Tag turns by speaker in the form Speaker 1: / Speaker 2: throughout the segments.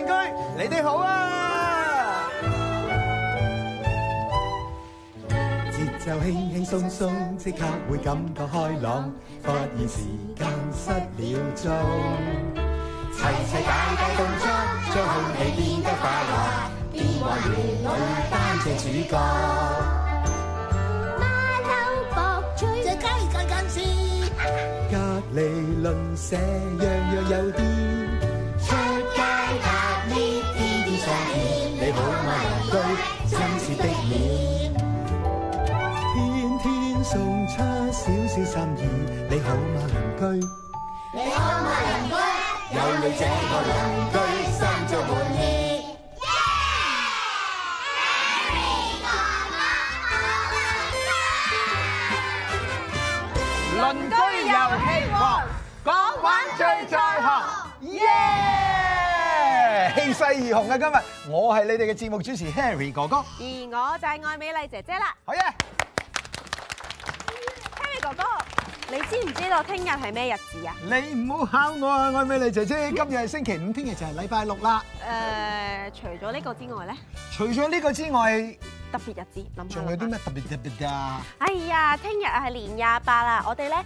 Speaker 1: 你哋好啊！
Speaker 2: 節奏輕輕鬆鬆，即刻會感覺開朗，發現時間失了蹤。齊齊大大動作，將空氣變得快樂，變幻園裏擔正主角。
Speaker 3: 馬騮博嘴，隻雞近近視，
Speaker 2: 隔離鄰舍樣樣有啲，
Speaker 3: 出街搭 lift 天天上演。
Speaker 2: 你好嗎鄰居，真是的了。天天送出少少心意，你好嗎鄰居？
Speaker 3: 你好嗎鄰居？有你這個鄰居，心中滿意。
Speaker 1: 鄰居遊戲王，講玩最在行，耶！氣勢如虹啊！今日我係你哋嘅節目主持 Harry 哥哥，
Speaker 4: 而我就係愛美麗姐姐啦
Speaker 1: 好嘢！
Speaker 4: ，Harry 哥哥，你知唔知道聽日係咩日子啊？
Speaker 1: 你唔好考我啊，愛美麗姐姐，今日係星期五，聽日就係禮拜六啦。
Speaker 4: 誒、除咗呢個之外咧，
Speaker 1: 除咗呢個之外，
Speaker 4: 特別日子諗下
Speaker 1: 仲有啲
Speaker 4: 諗
Speaker 1: 咩
Speaker 4: 下？
Speaker 1: 特別特別啊㗎？
Speaker 4: 哎呀，聽日啊係年廿八啦，我哋咧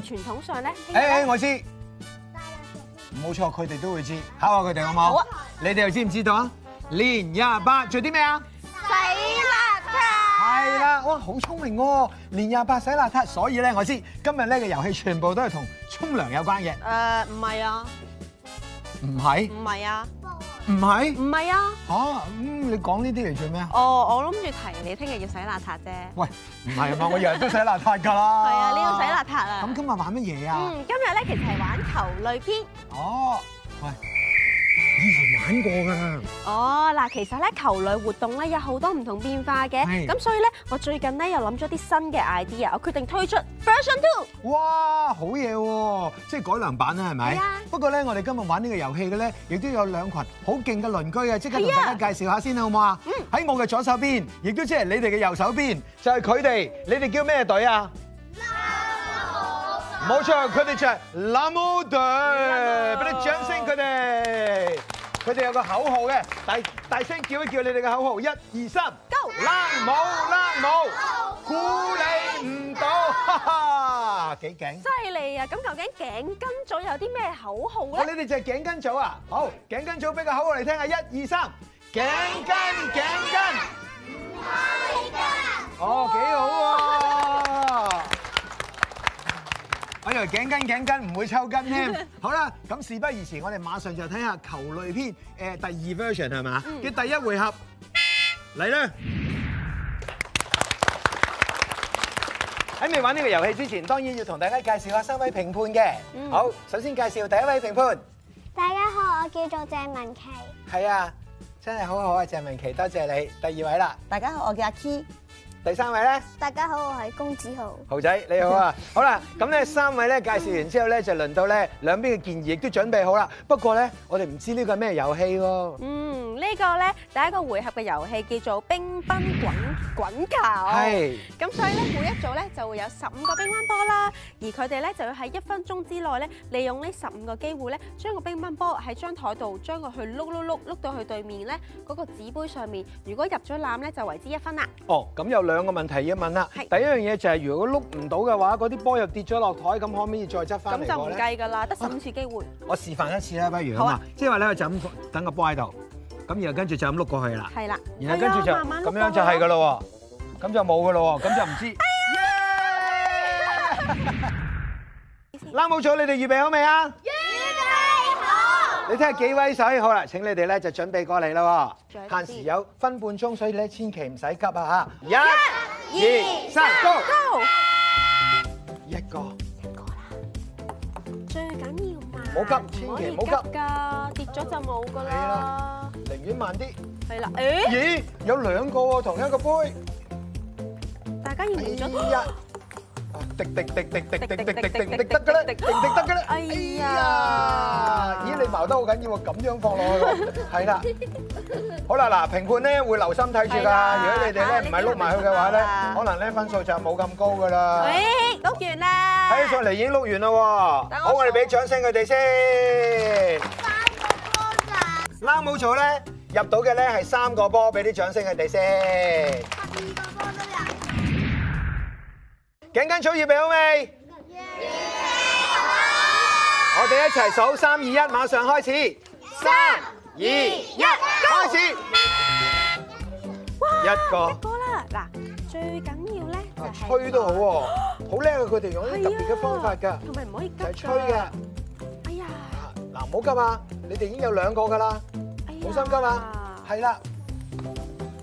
Speaker 4: 誒傳統上咧，聽日
Speaker 1: 誒，
Speaker 4: 呢
Speaker 1: 我知，冇錯，佢哋都會知，考下佢哋好冇？
Speaker 4: 好啊
Speaker 1: 你哋又知唔知道啊？年廿八做啲咩啊？
Speaker 3: 洗邋遢。
Speaker 1: 係啦，哇，好聰明喎！年廿八洗邋遢，所以咧我知今日呢嘅遊戲全部都係同沖涼有關嘅，
Speaker 4: 誒唔係啊，
Speaker 1: 唔係？
Speaker 4: 唔係啊，
Speaker 1: 唔係？
Speaker 4: 唔係啊，
Speaker 1: 啊，嗯，你講呢啲嚟做咩啊？
Speaker 4: 哦，我諗住提你聽日要洗邋遢啫。
Speaker 1: 喂，唔係啊嘛，我日日都洗邋遢㗎啦。
Speaker 4: 係啊，你要洗邋遢啊。
Speaker 1: 咁今日玩乜嘢啊？
Speaker 4: 嗯，今日咧其實係玩球類篇。
Speaker 1: 哦，喂，以前玩過㗎。
Speaker 4: 哦，嗱，其實咧球類活動咧有好多唔同變化嘅，
Speaker 1: 係
Speaker 4: 咁所以咧我最近咧又諗咗啲新嘅 idea，我決定推出 version two。
Speaker 1: 哇，好嘢喎！即係改良版啦，係咪
Speaker 4: 係啊？
Speaker 1: 不過咧，我哋今日玩呢個遊戲嘅咧，亦都有兩群好勁嘅鄰居啊！即刻同
Speaker 4: 係啊嗯
Speaker 1: 大家介紹下先啦，好唔好啊？喺我嘅左手邊，亦都即係你哋嘅右手邊，就係佢哋。你哋叫咩隊啊？冇錯，佢哋就係藍毛隊，俾啲掌聲佢哋。佢哋有個口號嘅，大大聲叫一叫你哋嘅口號，一二三
Speaker 4: Go！
Speaker 1: 冷帽冷帽，估你唔到，哈哈，幾勁！
Speaker 4: 犀利啊！咁究竟頸巾組有啲咩口號
Speaker 1: 我
Speaker 4: 咧？
Speaker 1: 你哋就係頸巾組啊！好，頸巾組俾個口號嚟聽下，一二三，頸巾頸巾，唔開㗎。哦，幾好喎！我以為頸巾頸巾唔會抽筋添。好啦，咁事不宜遲，我哋馬上就睇下球類篇誒、第二 version 係嘛嘅第一回合嚟啦！喺未玩呢個遊戲之前，當然要同大家介紹下三位評判嘅。好，首先介紹第一位評判。
Speaker 5: 大家好，我叫做鄭文琪。
Speaker 1: 係啊，真係好好啊，鄭明琪，多謝你。第二位啦，
Speaker 6: 大家好，我叫阿 Key。
Speaker 1: 第三 位咧，
Speaker 5: 大家好，我係公子豪。
Speaker 1: 豪仔你好啊。好啦，咁咧三位咧介紹完之後咧，就輪到咧兩邊嘅建議亦都準備好啦。不過咧，我哋唔知呢個係咩遊戲喎。
Speaker 4: 嗯，呢個咧第一個回合嘅遊戲叫做乒乓滾滾球。
Speaker 1: 係
Speaker 4: 咁所以咧，每一組咧就會有十五個乒乓波啦，而佢哋咧就要喺一分鐘之內咧，利用呢十五個機會咧，將個乒乓波喺張台度，將佢去碌碌碌碌到去對面咧嗰個紙杯上面。如果入咗籃咧，就為之一分啦。
Speaker 1: 哦，咁有兩個問題要問啦。
Speaker 4: 係
Speaker 1: 第一樣嘢就係如果碌唔到嘅話，嗰啲波又跌咗落台，咁可唔可以再執翻
Speaker 4: 咁
Speaker 1: 嚟
Speaker 4: 就
Speaker 1: 過
Speaker 4: 唔
Speaker 1: 咧？
Speaker 4: 計㗎啦，得十五次機會。
Speaker 1: 我示範一次啦，不如
Speaker 4: 好
Speaker 1: 好
Speaker 4: 啊
Speaker 1: 嘛？即係話咧，就咁等個波喺度，咁然後跟住就咁碌過去啦。
Speaker 4: 係啦，
Speaker 1: 然後跟住就
Speaker 4: 係啊慢慢碌
Speaker 1: 咁樣就係噶
Speaker 4: 過去啦。
Speaker 1: 咯喎，咁就冇噶咯喎，咁就唔知。冷帽組，你哋預備好未啊？預備好。你睇下幾威水，好啦，請你哋咧就準備過嚟啦
Speaker 4: 仲有
Speaker 1: 喎。
Speaker 4: 啲
Speaker 1: 限時有分半鐘，所以咧千祈唔使急啊嚇。一、二、三，Go！
Speaker 4: Go！
Speaker 1: 一個，
Speaker 4: 最緊要慢，
Speaker 1: 唔好急千祈唔好急
Speaker 4: 㗎，跌咗就冇㗎
Speaker 1: 係
Speaker 4: 啦
Speaker 1: 啦。寧願慢啲。
Speaker 4: 係啦，誒，
Speaker 1: 咦，有兩個喎，同一個杯。
Speaker 4: 大家要換咗。
Speaker 1: 哎呀！滴滴滴滴滴滴滴滴滴滴得嘅咧，滴滴得嘅咧。
Speaker 4: 哎呀
Speaker 1: 咦，你矛得好緊要喎，咁樣放落去喎，係啦。好啦，嗱，評判咧會留心睇住
Speaker 4: 係
Speaker 1: 㗎。
Speaker 4: 啦
Speaker 1: 如果你哋咧唔係碌埋去嘅話咧
Speaker 4: 睇下，你
Speaker 1: 可能咧分數就冇咁高㗎啦。
Speaker 4: 喂，碌完啦。
Speaker 1: 睇上嚟已經碌完啦喎，
Speaker 4: 等我
Speaker 1: 好，我哋
Speaker 4: 數
Speaker 1: 俾掌聲佢哋先。三個波㗎。冷帽組咧入到嘅咧係三個波，俾啲掌聲佢哋先。頸巾草預備好未？我哋一齊數三二一，馬上開始。三二一，開始。一個。
Speaker 4: 好啦，嗱，最緊要咧就
Speaker 1: 啊
Speaker 4: 係
Speaker 1: 吹都好喎，好叻啊！佢哋用啲特別嘅方法㗎，
Speaker 4: 同埋唔可以急
Speaker 1: 就係
Speaker 4: 㗎
Speaker 1: 吹嘅。啊
Speaker 4: 哎呀，
Speaker 1: 嗱，唔好急啊！你哋已經有兩個㗎啦，
Speaker 4: 哎呀
Speaker 1: 好心急啊！係啦，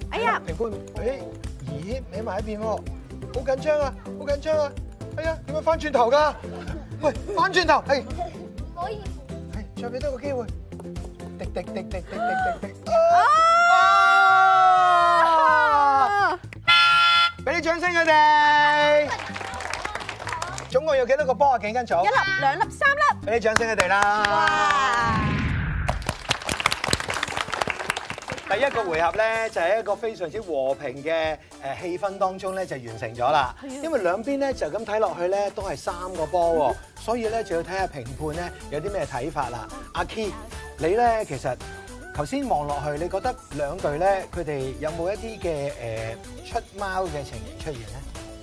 Speaker 4: 哎呀，
Speaker 1: 評判，誒，咦，歪埋一邊喎，好緊張啊，好緊張啊！哎呀，點解翻轉頭㗎？喂，翻轉頭，係，係，再俾多個機會，滴滴滴滴滴滴滴滴，啊！
Speaker 4: 啊
Speaker 1: 俾啲掌聲佢哋。總共有幾多個波啊？幾根草
Speaker 4: 一？粒、兩粒、三粒，
Speaker 1: 俾啲掌聲佢哋啦！
Speaker 4: 哇！
Speaker 1: 第一個回合咧，就喺一個非常之和平嘅誒氣氛當中咧，就完成咗啦。因為兩邊咧就咁睇落去咧，都係三個波喎，所以咧就要睇下評判咧有啲咩睇法啦。阿 Key，你咧其實頭先望落去，你覺得兩隊咧佢哋有冇一啲嘅誒出貓嘅情形出現咧？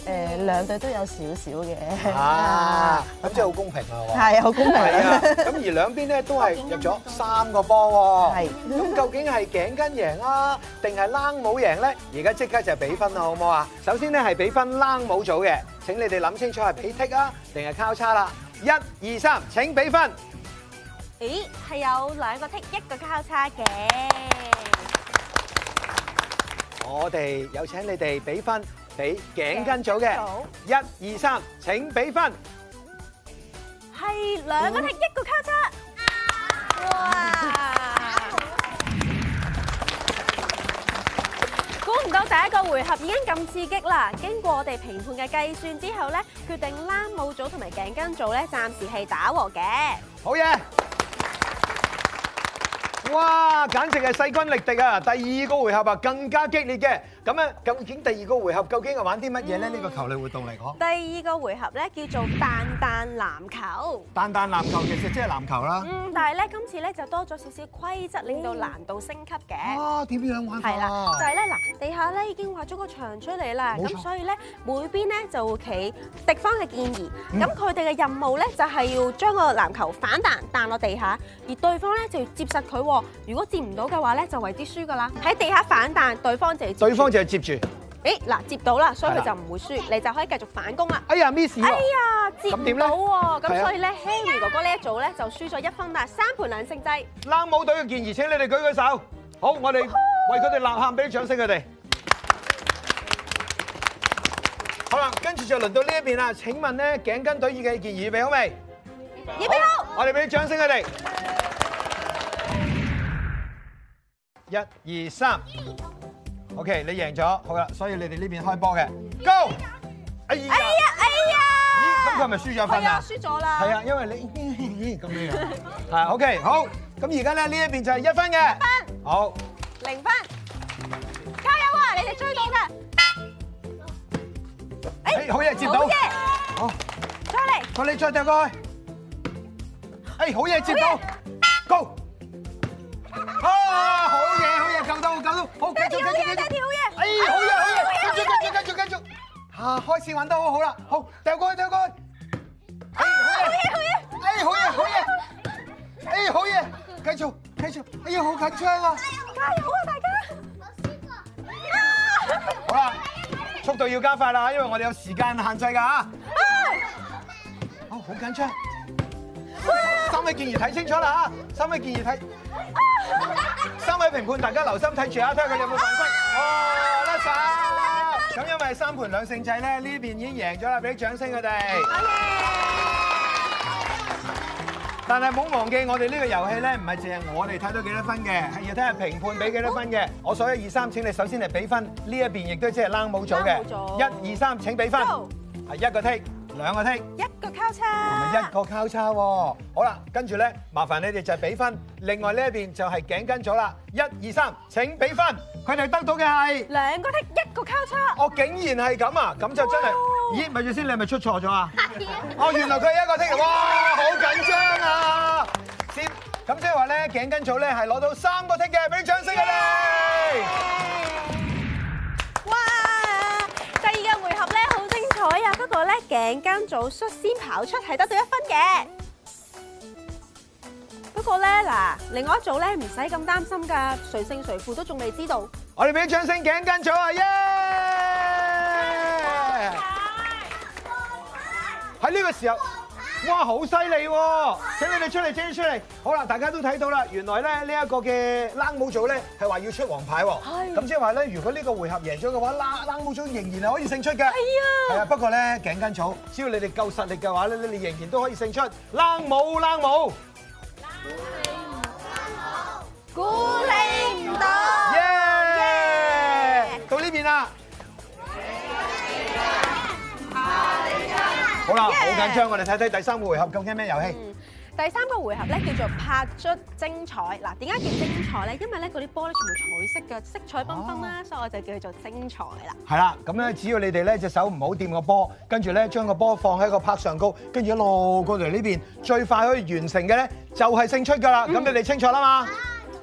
Speaker 6: 誒兩隊都有少少嘅，
Speaker 1: 啊，咁即係好公平啦喎！
Speaker 6: 係好公平
Speaker 1: 係啊
Speaker 6: 啊！，
Speaker 1: 咁而兩邊咧都係入咗三個波喎
Speaker 6: 係。
Speaker 1: 咁究竟係頸巾贏啊，定係冷帽贏咧？而家即刻就比分啦，好唔好啊？首先咧係比分冷帽組嘅，請你哋諗清楚係比剔啊，定係交叉啦。一、二、三，請比分。
Speaker 4: 咦，係有兩個剔一個交叉嘅，
Speaker 1: 我哋有請你哋比分俾頸巾組嘅。一、二、三，請比分。
Speaker 4: 係兩個剔一個交叉。哇！估唔到第一個回合已經咁刺激啦！經過我哋評判嘅計算之後咧，決定冷帽組同埋頸巾組咧暫時係打和嘅。
Speaker 1: 好嘢！哇，簡直係勢均力敵啊！第二個回合啊，更加激烈嘅。咁啊，究竟第二個回合究竟係玩啲乜嘢咧？呢、個球類活動嚟講，
Speaker 4: 第二個回合咧叫做彈彈籃球。
Speaker 1: 單單籃球其實即係籃球啦。
Speaker 4: 嗯，但係咧，今次咧就多咗少少規則，令到難度升級嘅。
Speaker 1: 啊，點樣玩法
Speaker 4: 係啦，
Speaker 1: 啊？
Speaker 4: 就係咧嗱，地下咧已經畫咗個牆出嚟啦，
Speaker 1: 冇錯
Speaker 4: 咁所以咧每邊咧就會企敵方嘅建議，
Speaker 1: 嗯
Speaker 4: 咁佢哋嘅任務咧就係要將個籃球反彈彈落地下，而對方咧就要接實佢喎，如果接唔到嘅話咧就為之輸㗎啦。喺地下反彈，對方就要接
Speaker 1: 對方
Speaker 4: 住
Speaker 1: 就係接住。
Speaker 4: 誒嗱接到啦，所以
Speaker 1: 係啦
Speaker 4: 佢就唔會輸，你就可以繼續反攻啦。
Speaker 1: 哎呀，miss
Speaker 4: 哎
Speaker 1: 喎！
Speaker 4: 呀，接
Speaker 1: 咁點
Speaker 4: 唔
Speaker 1: 咧
Speaker 4: 到喎，
Speaker 1: 係
Speaker 4: 咁
Speaker 1: 啊
Speaker 4: 所以咧 Henry 哥哥呢一組咧就輸咗一分啦，三盤兩勝制。
Speaker 1: 冷帽隊嘅建議，請你哋舉舉手。好，我哋為佢哋呐喊，俾啲掌聲佢哋。好啦，跟住就輪到呢一邊啦。請問咧，頸巾隊嘅建議預備好未？
Speaker 4: 葉碧浩，
Speaker 1: 我哋俾啲掌聲佢哋。一、二、三，OK，你贏咗，好啦，所以你哋呢邊開波嘅，Go！哎呀，
Speaker 4: 哎呀哎呀，
Speaker 1: 咦咁佢係咪輸咗一
Speaker 4: 係
Speaker 1: 分
Speaker 4: 啊
Speaker 1: 啊？
Speaker 4: 輸咗啦，
Speaker 1: 係啊，因為你咁樣樣， 係啊 OK，好，咁而家咧呢一邊就係一分嘅，好，
Speaker 4: 零分，加油啊！你哋追到㗎，
Speaker 1: 哎，好嘢，接
Speaker 4: 好
Speaker 1: 到，
Speaker 4: 嘅，
Speaker 1: 好，
Speaker 4: 再嚟，
Speaker 1: 我哋再掉過去，哎，好嘢，接到，Go！啊，好嘢，好嘢，救到，救到，好，繼續，繼
Speaker 4: 跳
Speaker 1: 續，繼
Speaker 4: 嘢
Speaker 1: 續
Speaker 4: 就。跳嘢，
Speaker 1: 哎，好嘢，好嘢，繼續，繼續，繼續，繼續。嚇，開始玩得好好啦，好，掉過去，掉過去。哎，好嘢，哎，好嘢，好嘢，哎，好嘢，繼續，繼續。哎呀，好緊張啊！
Speaker 4: 加油啊大家！
Speaker 1: 好啦，速度要加快啦，因為我哋有時間限制㗎嚇。哦，好緊張。三位健兒睇清楚啦嚇，三位健兒睇，三位評判大家留心睇住啊，睇下佢有冇犯規。哦，甩手。咁因為三盤兩勝制咧，呢邊已經贏咗啦，俾啲掌聲佢哋。但係冇忘記，我哋呢個遊戲咧，唔係淨係我哋睇到幾多分嘅，係要睇下評判俾幾多分嘅。我數一二三，請你首先係俾分，呢一邊亦都即係冷帽組
Speaker 4: 冷帽
Speaker 1: 嘅。
Speaker 4: 組
Speaker 1: 一二三，請俾分，
Speaker 4: Go
Speaker 1: 係一個剔，兩個剔，
Speaker 4: 一個交
Speaker 1: 同
Speaker 4: 叉，
Speaker 1: 埋一個交叉喎。好啦，跟住咧，麻煩你哋就係俾分。另外呢一邊就係頸巾組啦。一二三，請俾分。佢哋得到嘅係，
Speaker 4: 兩個剔一個交叉，
Speaker 1: 我竟然係咁啊！咁就真係，咦？咪住先，你係咪出錯咗啊？哦，原來佢係一個剔，哇！好緊張啊！先咁即係話咧，頸巾組咧係攞到三個剔嘅，俾啲掌聲佢哋。
Speaker 4: 哇！第二個回合咧好精彩啊，不過咧頸間組率先跑出係得到一分嘅。不過咧嗱，另外一組咧唔使咁擔心㗎，誰勝誰負都仲未知道。
Speaker 1: 我哋俾啲掌聲頸巾組啊，耶！喺呢個時候，哇，好犀利喎！請你哋出嚟，請你出嚟。好啦，大家都睇到啦，原來咧呢一個嘅冷帽組咧係話要出黃牌喎。咁即係話咧，如果呢個回合贏咗嘅話，冷冷帽組仍然係可以勝出嘅。係啊。係啊，不過咧頸巾組，只要你哋夠實力嘅話咧，你哋仍然都可以勝出。冷帽，冷帽。
Speaker 4: 估你唔到。
Speaker 1: 耶！到呢邊啦。好啦，好緊張，我哋睇睇第三個回合究竟咩遊戲？
Speaker 4: 第三個回合咧叫做拍出精彩。嗱，點解叫精彩咧？因為咧嗰啲波咧全部彩色嘅，色彩繽紛啦，所以我就叫佢做精彩啦。
Speaker 1: 係啦，咁咧只要你哋咧隻手唔好掂個波，跟住咧將個波放喺個拍上高，跟住一路過嚟呢邊，最快可以完成嘅咧就係勝出㗎啦。咁你哋清楚啦嘛？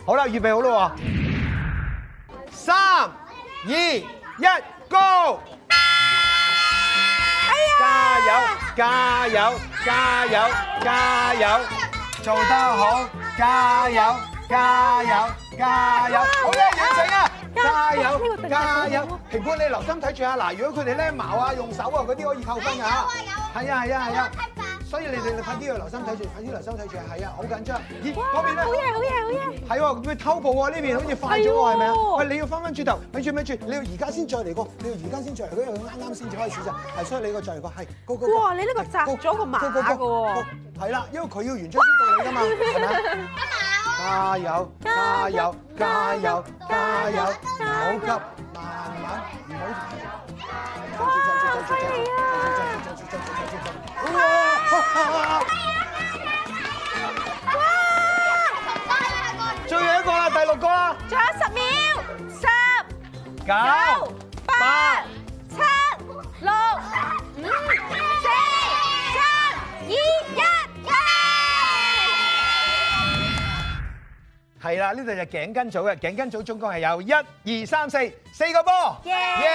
Speaker 1: 好啦，預備好啦喎！三、二、一，Go！加油！加油！加油！加油！做得好！加油！加油！加油！好嘢，完成啊！加油！加油！評判你留心睇住啊！嗱，如果佢哋咧矛啊、用手啊嗰啲可以扣分㗎嚇。係啊係啊係啊！所以你哋你快啲要留心睇住，快啲留心睇住，係啊，好緊張。咦，嗰邊咧？
Speaker 4: 好嘢，好嘢，好嘢！
Speaker 1: 係喎，佢偷步喎，呢邊好似快咗
Speaker 4: 係
Speaker 1: 喎，
Speaker 4: 喎
Speaker 1: 係咪啊？喂，你要翻翻轉頭，咪住咪住，你要而家先再嚟過，你要而家先再嚟過，因為佢啱啱先至開始咋，係所以你個再嚟過係高高。
Speaker 4: 哇你呢個擲咗個馬㗎喎
Speaker 1: 喎。係啦，因為佢要完章先到你㗎嘛，係咪啊？加油！加油！加油！加油！唔好急，慢慢，唔好急。哇！犀利啊！最後一個啦，第六個啦，
Speaker 4: 仲有十秒，十、
Speaker 1: 九
Speaker 4: 九、、
Speaker 1: 八
Speaker 4: 八、。七、六、五、四、三、二、一，
Speaker 1: 係啦，呢度就係頸巾組嘅，頸巾組總共係有一、二、三、四四個波。
Speaker 4: 耶
Speaker 1: 耶！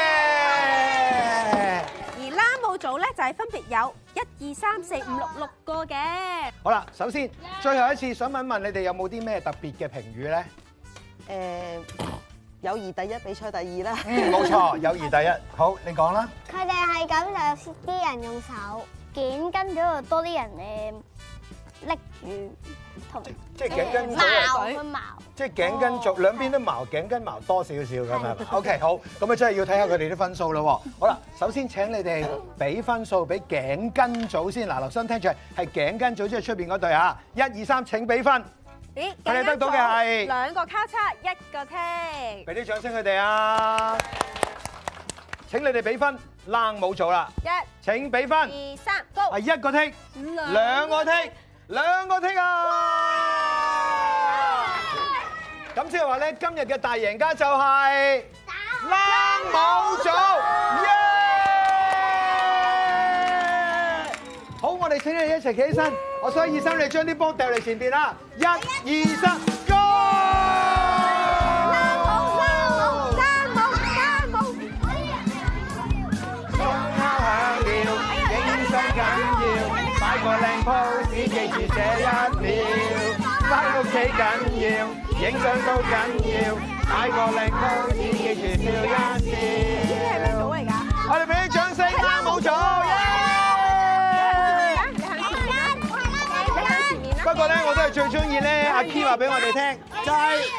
Speaker 4: 而拉姆組咧就係分別有一、二、三、四、五、六六個嘅。
Speaker 1: 好啦，首先最後一次想問問你哋有冇啲咩特別嘅評語咧？
Speaker 6: 誒，友誼第一，比賽第二啦。
Speaker 1: 冇錯，友誼第一。好，你講啦。
Speaker 5: 佢哋係咁就啲人用手捲跟咗度多啲人誒拎住同
Speaker 1: 即係頸
Speaker 5: 誒
Speaker 1: 巾組，
Speaker 5: 矛去矛，
Speaker 1: 即係頸巾組兩邊都矛，頸巾矛多少少咁係嘛？OK，好，咁啊真係要睇下佢哋啲分數啦喎。好啦，首先請你哋俾分數俾頸巾組先。嗱，留心聽住，係頸巾組即係出邊嗰隊啊！一二三，請俾分。
Speaker 4: 咦，
Speaker 1: 佢哋得到嘅係
Speaker 4: 兩個交叉，一個 t
Speaker 1: 俾啲掌聲佢哋啊！請你哋俾分，冷冇做啦。請俾分，
Speaker 4: 一、二、三，Go！
Speaker 1: 係一個剔，
Speaker 4: 兩
Speaker 1: 兩個剔，兩個剔啊！咁即係話咧，今日嘅大贏家就係冷冇做，耶！好，我哋請你哋一齊企起身，我數一二三，你將啲波掉嚟前邊啦，一、二、三，Go！
Speaker 4: 三冇三冇，
Speaker 1: 鐘敲響了，影相緊要，擺個靚 pose，記住這一秒。翻屋企緊要，影相都緊要，擺個靚 pose，記住笑一
Speaker 4: 係咩組
Speaker 1: 笑。
Speaker 4: 嚟㗎？
Speaker 1: 我哋俾啲掌聲啦，冇錯。
Speaker 4: 你
Speaker 1: 耶
Speaker 4: 向前面啦，你向前面啦。
Speaker 1: 不過咧，我都係最中意咧，阿 Key 話俾我哋聽，就係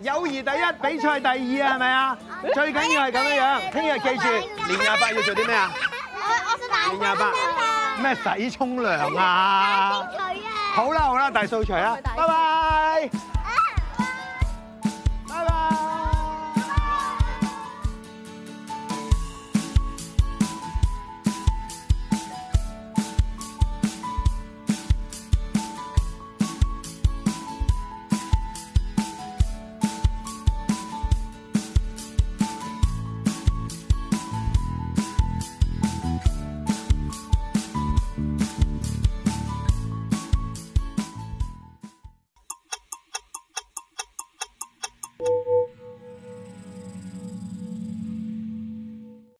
Speaker 1: 友誼第一，比賽第二啊，係咪啊？最緊要係咁樣樣。聽日記住，年廿八要做啲咩啊？年廿八咩洗沖涼
Speaker 5: 佢
Speaker 1: 啊？
Speaker 5: 啊！
Speaker 1: 好啦好啦，大掃除啦，拜拜。